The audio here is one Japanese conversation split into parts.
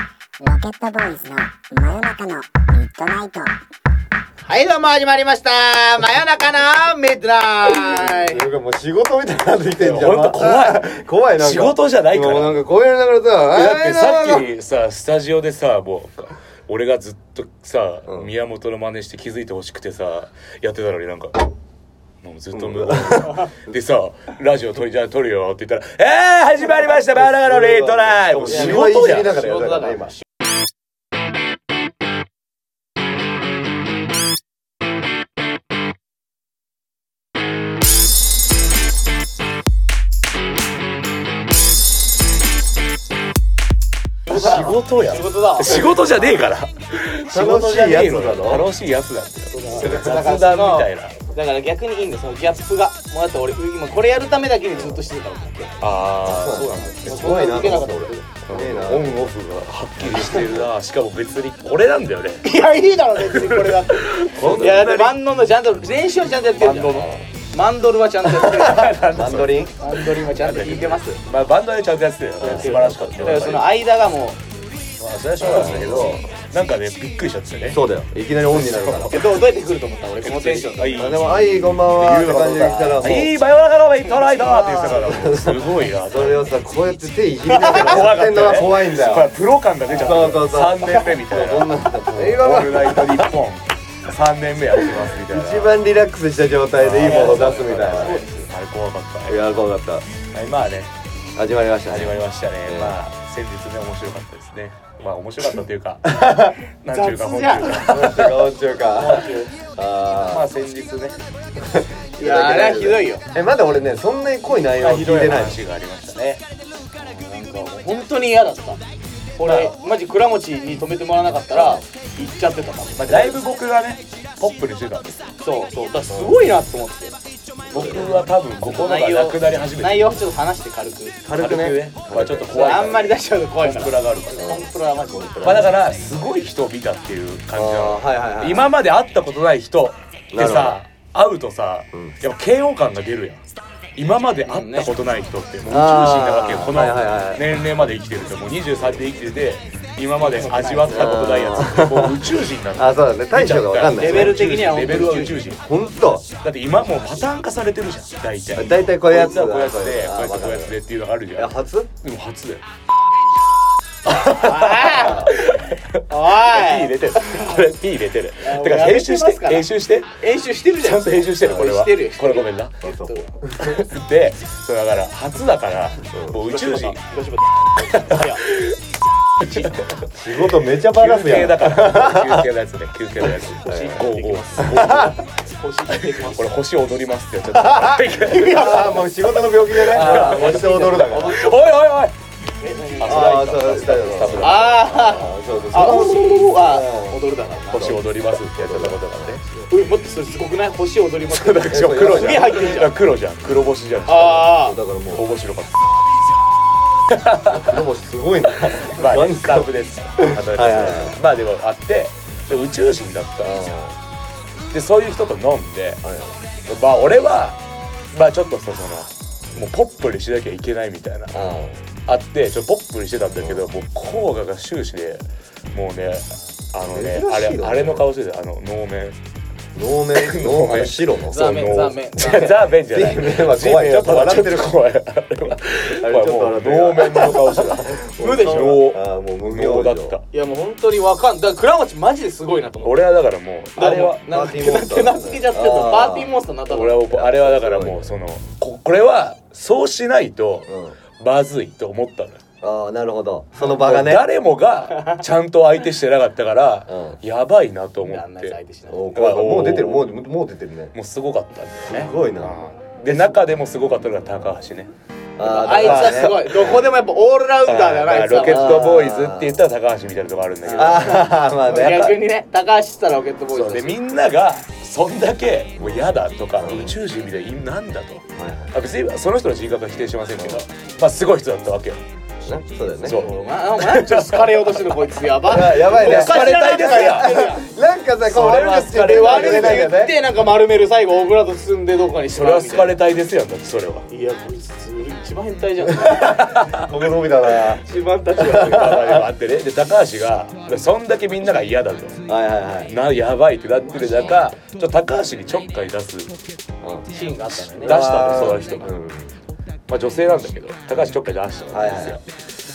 ケットボーイズの真夜中のミッドナイト。はい、どうも始まりました。真夜中のミッドナイなんかもう仕事みたいになってきてんじゃん。いやほんと怖いまた。怖いなんか。仕事じゃないからもうなんかこういう流れさ、だってさあーっきさスタジオでさもう俺がずっとさ、宮本の真似して気づいてほしくてさやってたのになんか。もうずっと無言でさ「ラジオ撮りじゃ撮るよ」って言ったら「えー、始まりましたバナナのレートライブ」もう仕事じゃん仕事だからやだから今。仕事やト。仕事だ。仕事じゃねえから仕事じゃねえの楽しいやつなの楽しいやつなんだよだから雑談みたいなだから逆にいいんだよそのギャップが。もうだって俺今これやるためだけにずっとしてたもん。ああそうなんだすごいなと思った俺。ねえな。オンオフがはっきりしてるなしかも別にこれなんだよねいやいいだろ別にこれだって。こんないやだって万能のちゃんと練習はちゃんとやってるじゃん。マンドルはちゃんとやってる。マンドリンマンドルはちゃんと弾いてます。まあ、バンドでちゃんとやってたよね素晴らしかっただよからそのまあ間がもそれはしょうがないんだけどなんかねびっくりしちゃってねそうだよ。いきなりオンになるから。うどうどうやって来ると思った俺このテンションあで。いいあでも、はい、こんばんはって感じで来たら、そう。いいバイオラカロメイトライダーって言ってたからもうすごいなそれをさ、こうやって手いじりながら怖やってんのかがった怖いんだこれよ。プロ感が出ちゃったそうそうそう3年目みたいなこん「なんだった映オ画ールはナイトニッポン」3年目やってますみたいな一番リラックスした状態でいいものを出すみたいそうな。です最高かったいや、怖かっはいまあねた。始まりましたね。始まりましたね、うんまあ先日ね面白かったですねまあ面白かったというかなんちゅう雑か本じゃん当 ました。顔中 か。あまあ先日ねあ。いやあれはひどいよ。え、まだ俺ね、そんなに濃い内容聞いてない。話がありましたね本当に嫌だった俺マジ倉持に止めてもらわなかったら行っちゃってたからまあだいぶ僕がねポップにしてたんですそうそうだからすごいなと思って僕は多分心がなくなり始めて内容ちょっと話して軽く軽くね。まあちょっとそれ怖いあんまり出しちゃうと怖いかコンプらラがあるからコンプラはマジでまあだからすごい人を見たっていう感じなのあーはいはいはい今まで会ったことない人でなるさ会うとさ、やっぱ嫌悪感が出るやん今まで会ったことない人ってもう宇宙人なわけよあーこのはいはいはい年齢まで生きてるともう23で生きてて今まで味わったことないやつってもう宇宙人なんだあ、そうだね。大将がわかんない。レベル的にはレ本当ベにルは宇宙人本当。だって今もうパターン化されてるじゃん大体大体こういうやつこだいつはこういうやつであこいつはこういうやつでっていうのがあるじいゃやん初？でも初だよP 入おいれてるこれ P 入れてるやてか俺編集しやめてますかてら編集して練習してるじちゃゃんんと編集してるこれはしてるよこれごめんなそうそうでそうだから初だからもう宇宙人広島広島いや仕事めちゃバラ休すや憩ん。だから休憩のやつね休憩のやつい55腰入れてきますこれ星踊りますってやっちゃった あーもう仕事の病気じゃない。もう一 踊るだから。おいおいおいああそうそうそうそう。ああそうそうーあそう。あ踊るだな星踊りますってやっちゃったことがあってうい待ってそれすごくない星踊りますだからしかも黒じすげえゃ入んってるじゃんだから黒じゃん黒星じゃんあだからも面白かっうでもすごいね。たまあねスタッフですはいはまあでもあってで宇宙人だったんですよでそういう人と飲んでまあ俺はまあちょっとさそのもうポップにしなきゃいけないみたいなあってちょっとポップにしてたんだけどもう効果が終始でもうねあのね珍しあいよれねあれの顔してたあの能面能 面能面白の。ザーメンそうザーメン能面 ザーメンじゃないザーメンは怖いちょっと笑笑っっててるる怖いあれはあれちょっと笑ってるもう能面の顔してた無でしょああもう無能妙だでっしょたあいやもう本当にわかんだから倉持マジですごいなと思って俺はだからもうあれはなパんかーティーモンスター手なずけちゃってるのあーパーティーモンスターになったの俺はあれはだからもうそのここれはそうしないとまずいと思ったのよああなるほど。その場がね。誰もがちゃんと相手してなかったから、うやばいなと思あんっなやつ相て手しないおーもう出てるもうもう出てるね。もうすごかったんだよねすごいな。で中でもすごかったのが高橋ねああいつはすごいどこでもやっぱオールラウンダーだなあいつロケはットボーイズって言ったら高橋みたいなとこあるんだけどああまあね。逆にね高橋したらロケットボーイそズうだでしみんながそんだけもう嫌だとか宇宙人みたいになんだと、はいはいあ別にその人の人格は否定しませんけど、まあ、すごい人だったわけよだよなそうだよねそうお前お前なんちょっと好かれようとしてるこいつやばあやばいねおかしななんかやってるやんなんかさこうそれ悪は口疲でれ悪悪い口って言言っっててなんか丸める最後オブラート包んでどっかにしそまれうはみたい好なかれたいですやんだってそれはいやこいつ一番変態じゃん僕の帯だなは一番立ちあってねで高橋がそんだけみんなが嫌だといはいはいなやばいってなってる中ちょっと高橋にちょっかい出すシーンがあったの出ねしたのうそわのー人が、うんまあ、女性なんだけど高橋ちょっかい出したはいんはですいよ、はい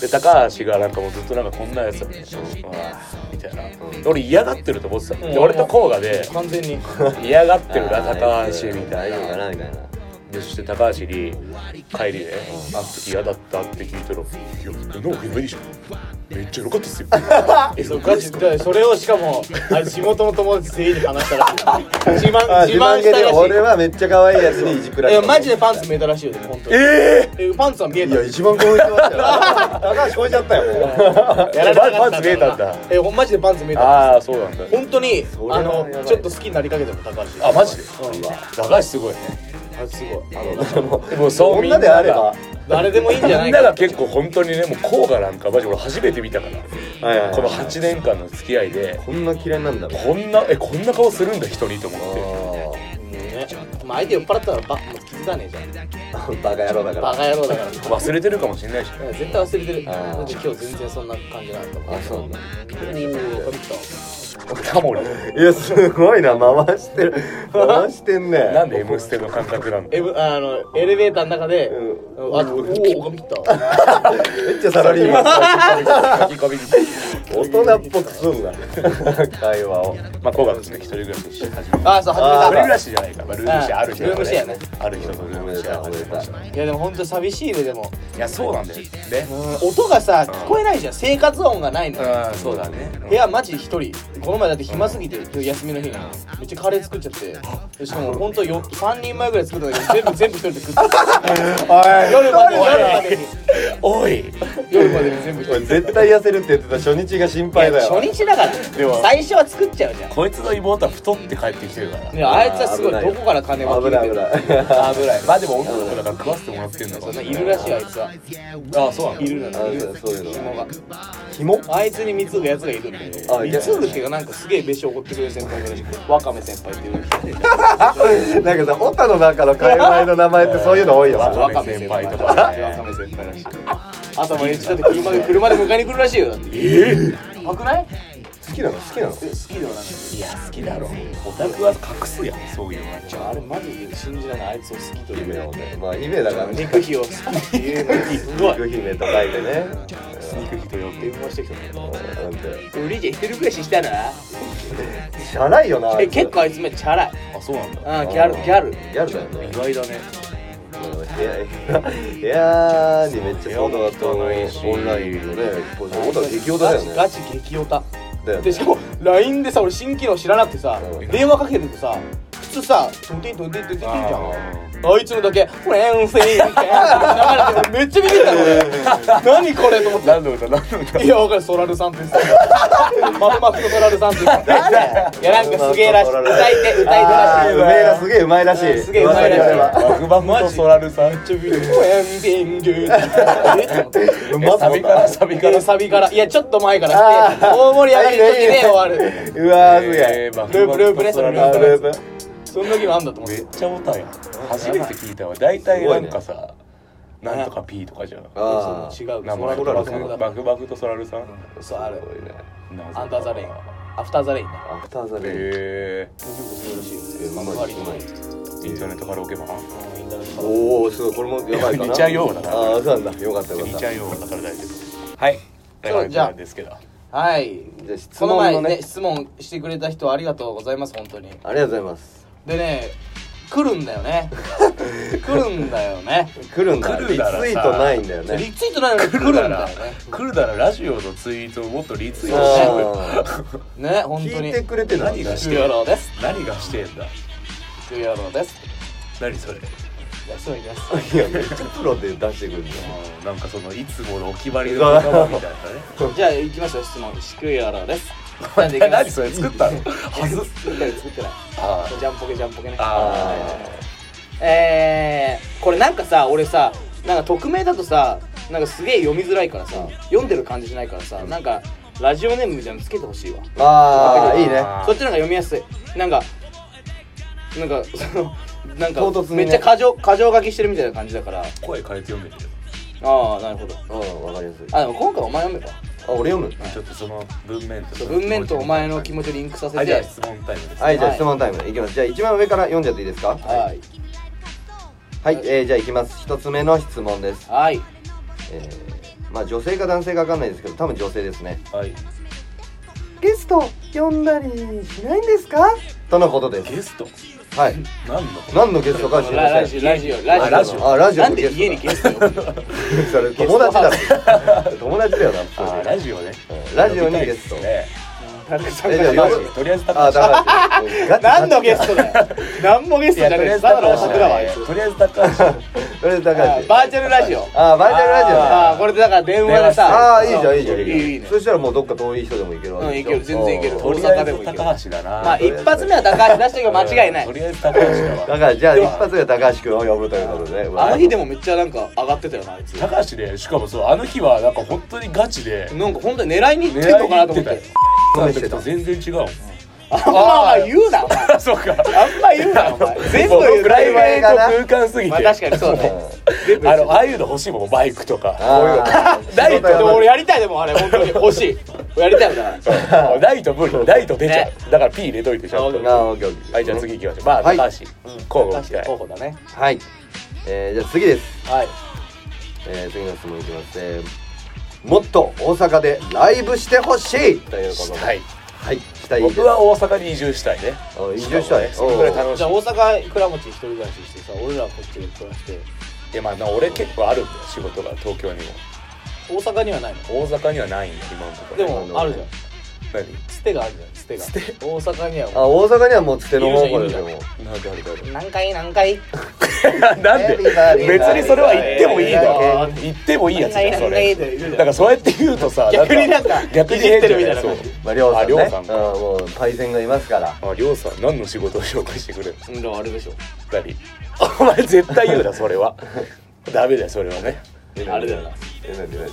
で高橋がなんかもうずっとなんかこんなやつだねうんみたいな、で俺嫌がってると思ってたの、でうん俺と甲賀で完全に嫌がってるなあー高橋みた大い丈夫かななみたいなでそして高橋に帰りで「あの時嫌だった」って聞いたら「いや僕の方がいいじゃんめっちゃ良かったっすよ」えそうガチでそれをしかもあれ地元の友達全員に話したらしい自あ慢ー自慢自慢しげたでらし俺はめっちゃ可愛いやつにいじくいらいやれたマジでパンツ見えたらしいよでも本当にええパンツは見えいたや一番興奮してましたよ高橋超えちゃったよもうー、やらパンツ見えたんだえほんマジでパンツ見えたああそうなんだ本当にそれはあやのばいちょっと好きになりかけても高橋あマジでうん高橋すごいねあすごいあのでもそうみん女なであればが誰でもいいんじゃなみいんなかが結構本当にねもう甲賀なんかマジ俺初めて見たからはいはいはいこの8年間の付き合いでこんな嫌いなんだろうこんなえこんな顔するんだ人にと思ってうんねまあ相手酔っ払ったらばもう気づかねえじゃんあーバカ野郎だからバカ野郎だから忘れてるかもしれないしいや絶対忘れてるあー今日全然そんな感じなかったもんあそうなんだうん岡本タモリいやすごいな回してる回してんねなんで「M ステ」の感 覚なんだエブあのエレベーターの中で、うあおお岡本来ためっちゃサラリーマン書き込み大人っぽくすんな 会話をまあ甲賀ですね一人暮らしして始めたあそう一人始暮めたらしじゃないか、まあ、ルームシェアある人ルームシェアねある人とルームシェア始めましたいやでも本当に寂しいねでも、いやそうなんだよねうん、音がさ聞こえないじゃん生活音がないのようんそうだね部屋マジ一人この前だって暇すぎて今日休みの日にめっちゃカレー作っちゃってでしかも本当よ3人前ぐらい作ったんだけど全部全部一人で食ってた夜までおい夜までにおい夜までに全部一人俺で絶対痩せるって言ってた初日が心配いだやよ初日だからも最初は作っちゃうじゃんこいつの妹は太って帰ってきてるからねあいつはすごい危ないどよこから金を危ない危ない危ないまあでも女の子だから食わせてもらってんだかそらんないるらしいあいつはああそうなんだいるのあよいるのそういうの紐が 紐あいつに貢ぐやつがいるんだよあいや貢ぐっていうかなんかすげえ飯を奢ってくれる先輩がいるわかめ先輩っていうなんかさオタの中の界隈の名前ってそういうの多いよなわかめ先輩とかわかめ先輩らしいあともうエッチだって車で車で迎えに来るらしいよだってええやばくない好きなの好きなの好きではないいや好きだろオタクは隠すやんそういうのはあれマジで信じられないあいつを好きという夢をよねまあ夢だからね肉費を好きっていうのにすごい肉姫と書いてね肉人呼んで電話してきたのなんて俺じゃ一人暮らししたなチャラいよなあえいつ結構あいつめっちゃチャラいあそうなんだあギャルギャルギャルだよね意外だねいやいやにめっちゃそうだったオンラインのねオタ激オタだよねガチガチ激オタだよでねしかも LINE でさ俺新機能知らなくてさうん電話かけててさ普通さ「トンテントンテントンテン」じゃんあいつのだけ「フレンセイ」って流れて俺めっちゃビビったの俺何これと思って何の歌何の歌いやわかるソラルさんってさマフマフのソラルさんってさいやなんかすげえらしいソラ歌ルい手歌い手らあしーいうめえらすげえうまいらしういんすげえうまいらしい噂によればマグマムとソラルさんちょビビるフレンセイジューうまえそサうビだからサビかえらーサビからいやちょっと前から来てあー大盛り上がりの時いいねいいで終ねわるうわーすげええーマグマムループループねとソラルあさんループその時もあんだと思っめてっちゃオタやん初めて聞いたわ大体なんかさなんとか P とかじゃんあー違う名前ソラルさんバクババクバクとソラルさんクそうあるすごいねアンダーザレインアフターザレインだアフターザレインへえ結構そうらしいよマグハえマグハリリととかかインインターネットカラオケ版ターネットおおすごいこれもやばいかな似ちゃうようだなああそうなんだよかったよか見っちたゃうようだから大丈夫はいそうじゃあなんですけどはいじゃあ質この問前のねね質問してくれた人ありがとうございます本当にありがとうございますでね来るんだよね来るんだよね来るんだ来リるツならさイートないんだよそうリねツイートないのに来るんだよね来るならラジオのツイートをもっとリツイートしようよあね本ー当聞にいてくれてない何がしクヤローです何がしてんだクヤローです何それじゃあそういきますいやめっちゃプロで出してくるんだよあーなんかそのいつものお決まりの言葉みたいなねじゃあ行きましょう質問シクヤローですなんで行きま何すそれ作 ったのはず作ってない作ってないあジャンポケジャンポケねあえー、これなんかさ俺さなんか匿名だとさなんかすげえ読みづらいからさ読んでる感じしないからさなんかラジオネームみたいなのつけてほしいわああいいねそっちの方が読みやすいなんかなんかそのなん唐か突にめねっちゃ過剰過剰書きしてるみたいな感じだから声変えて読めてるああなるほどうんわかりやすいあでも今回お前読めばあ俺読むちょっとその文面と文面とお前の気持ちをリンクさせはいじゃあて質問タイムですはいじゃはあい質問タイムいきますじゃあ一番上から読んじゃっていいですかはいはい、えー、じゃあいきます一つ目の質問ですはいえー、まあ女性か男性かわかんないですけど多分女性ですねはいゲスト呼んだりしないんですかとのことですゲストはい何の何のゲストか知り まラせジんオラジオラジオラジオあラジオなんのゲでスト家にゲスト呼ぶ のそれ友達だろ友達だよな普通あにーラジオねうんラジオにゲスト呼びたいで田中さすねんかえでもら呼ラぶジとりあえず高あ橋だから何のゲストだよ 何もゲストじゃねえいやただのとオタクりあえずだわあいつとりあえず高 橋とりあえず高あ橋バーチャルラジオあバーチャルラジオああだこれでだから電話でさああーいいじゃんいいじゃんいいいいいいじゃねんそしたらもうどっか遠い人でも行けるわけでうん行しょける全然行けるうんとりあえず高橋だなまあ一発目は高橋出してるから間違いないとりあえず高橋だだわからじゃあ一発で高橋君を呼ぶということであの日でもめっちゃなんか上がってたよなあいつな高橋でしかもそうあの日はなんか本当にガチでんか本当に狙いにいってん狙のいにか行なっとて思ったてよそうでその時したと全然違うもんあんま言うなお前あそうかあんま言う なお前全部言うプライベ前ートがな空間すぎまあて確かにそうだねあのああいうの欲しいもんバイクとかあーダイエットでも俺やりたいでもあれ本当に欲しいやりたいんだからライト無理ライト出ちゃうねだから P 入れといてちゃんとあーオッケーオッケーはいじゃあ次行きましょうまあはい高橋候補み確かたにい候補だねはいえーじゃあ次ですはいえー次の質問いきますえーもっと大阪でライブしてほしいということではいはいしたいです僕は大阪に移住したいねあ移住したいそれぐらい楽しじゃあい大阪倉持一人暮らししてさ俺らこっちで暮らしていやまあな俺結構あるんだよ仕事が東京にも大阪にはないの大阪にはないんだ今のところでねもあるじゃん何つてがあるじゃんつてが大阪にはあも大阪にはもうつての方向でいるじすゃんよいもうなんであるかあるう何回何回 なんで別にそれは言ってもいいあの言ってもいいやつじゃんそれいるだからそうやって言うと さ逆になんか逆に変じゃないいじってるみたいな感じそうまありょうさんねありょうさんかうんもうパイセンがいますからありょうさん何の仕事を紹介してくれるのうんだからあれでしょ二人お前絶対言うなそれは ダメだよそれはねあれだよなえなんでなんで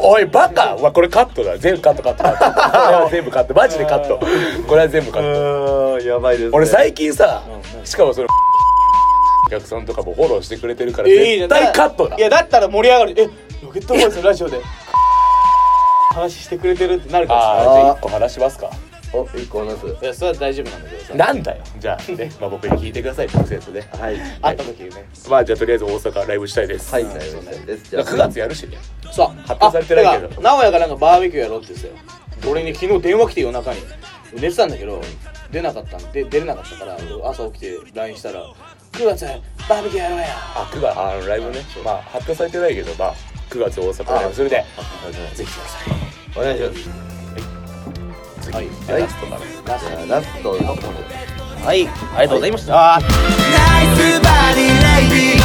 おいバカうわこれカットだ全部カットカットカットこれは全部カットマジでカットこれは全部カットうーんやばいですね俺最近さうんしかもそのお客さんとかもフォローしてくれてるからえいいじゃん絶対カットだいやだったら盛り上がるえロケットボーイズのラジオで話してくれてるってなるからあさーじゃあ1個話しますかお一個話すいやそれは大丈夫なんだけどさなんだよじゃあねまあ僕に聞いてください直接ねはい会った時にねまあじゃあとりあえず大阪ライブしたいですはいだか大丈夫ですじゃらあ9月やるしねさ発表されてないけどあだから名古屋がなんかバーベキューやろうって言ってたよ俺に昨日電話来て夜中に寝てたんだけど出なかったんで出れなかったから朝起きて LINE したら「9月バーベキューやろうやあ9月あのライブねまあ発表されてないけどまあ9月大阪ライブそれでぜひ来てくださいお願いします次はいラストだね」ラスじトゃあラストのはいありがとうございました、ナイスバディレイディ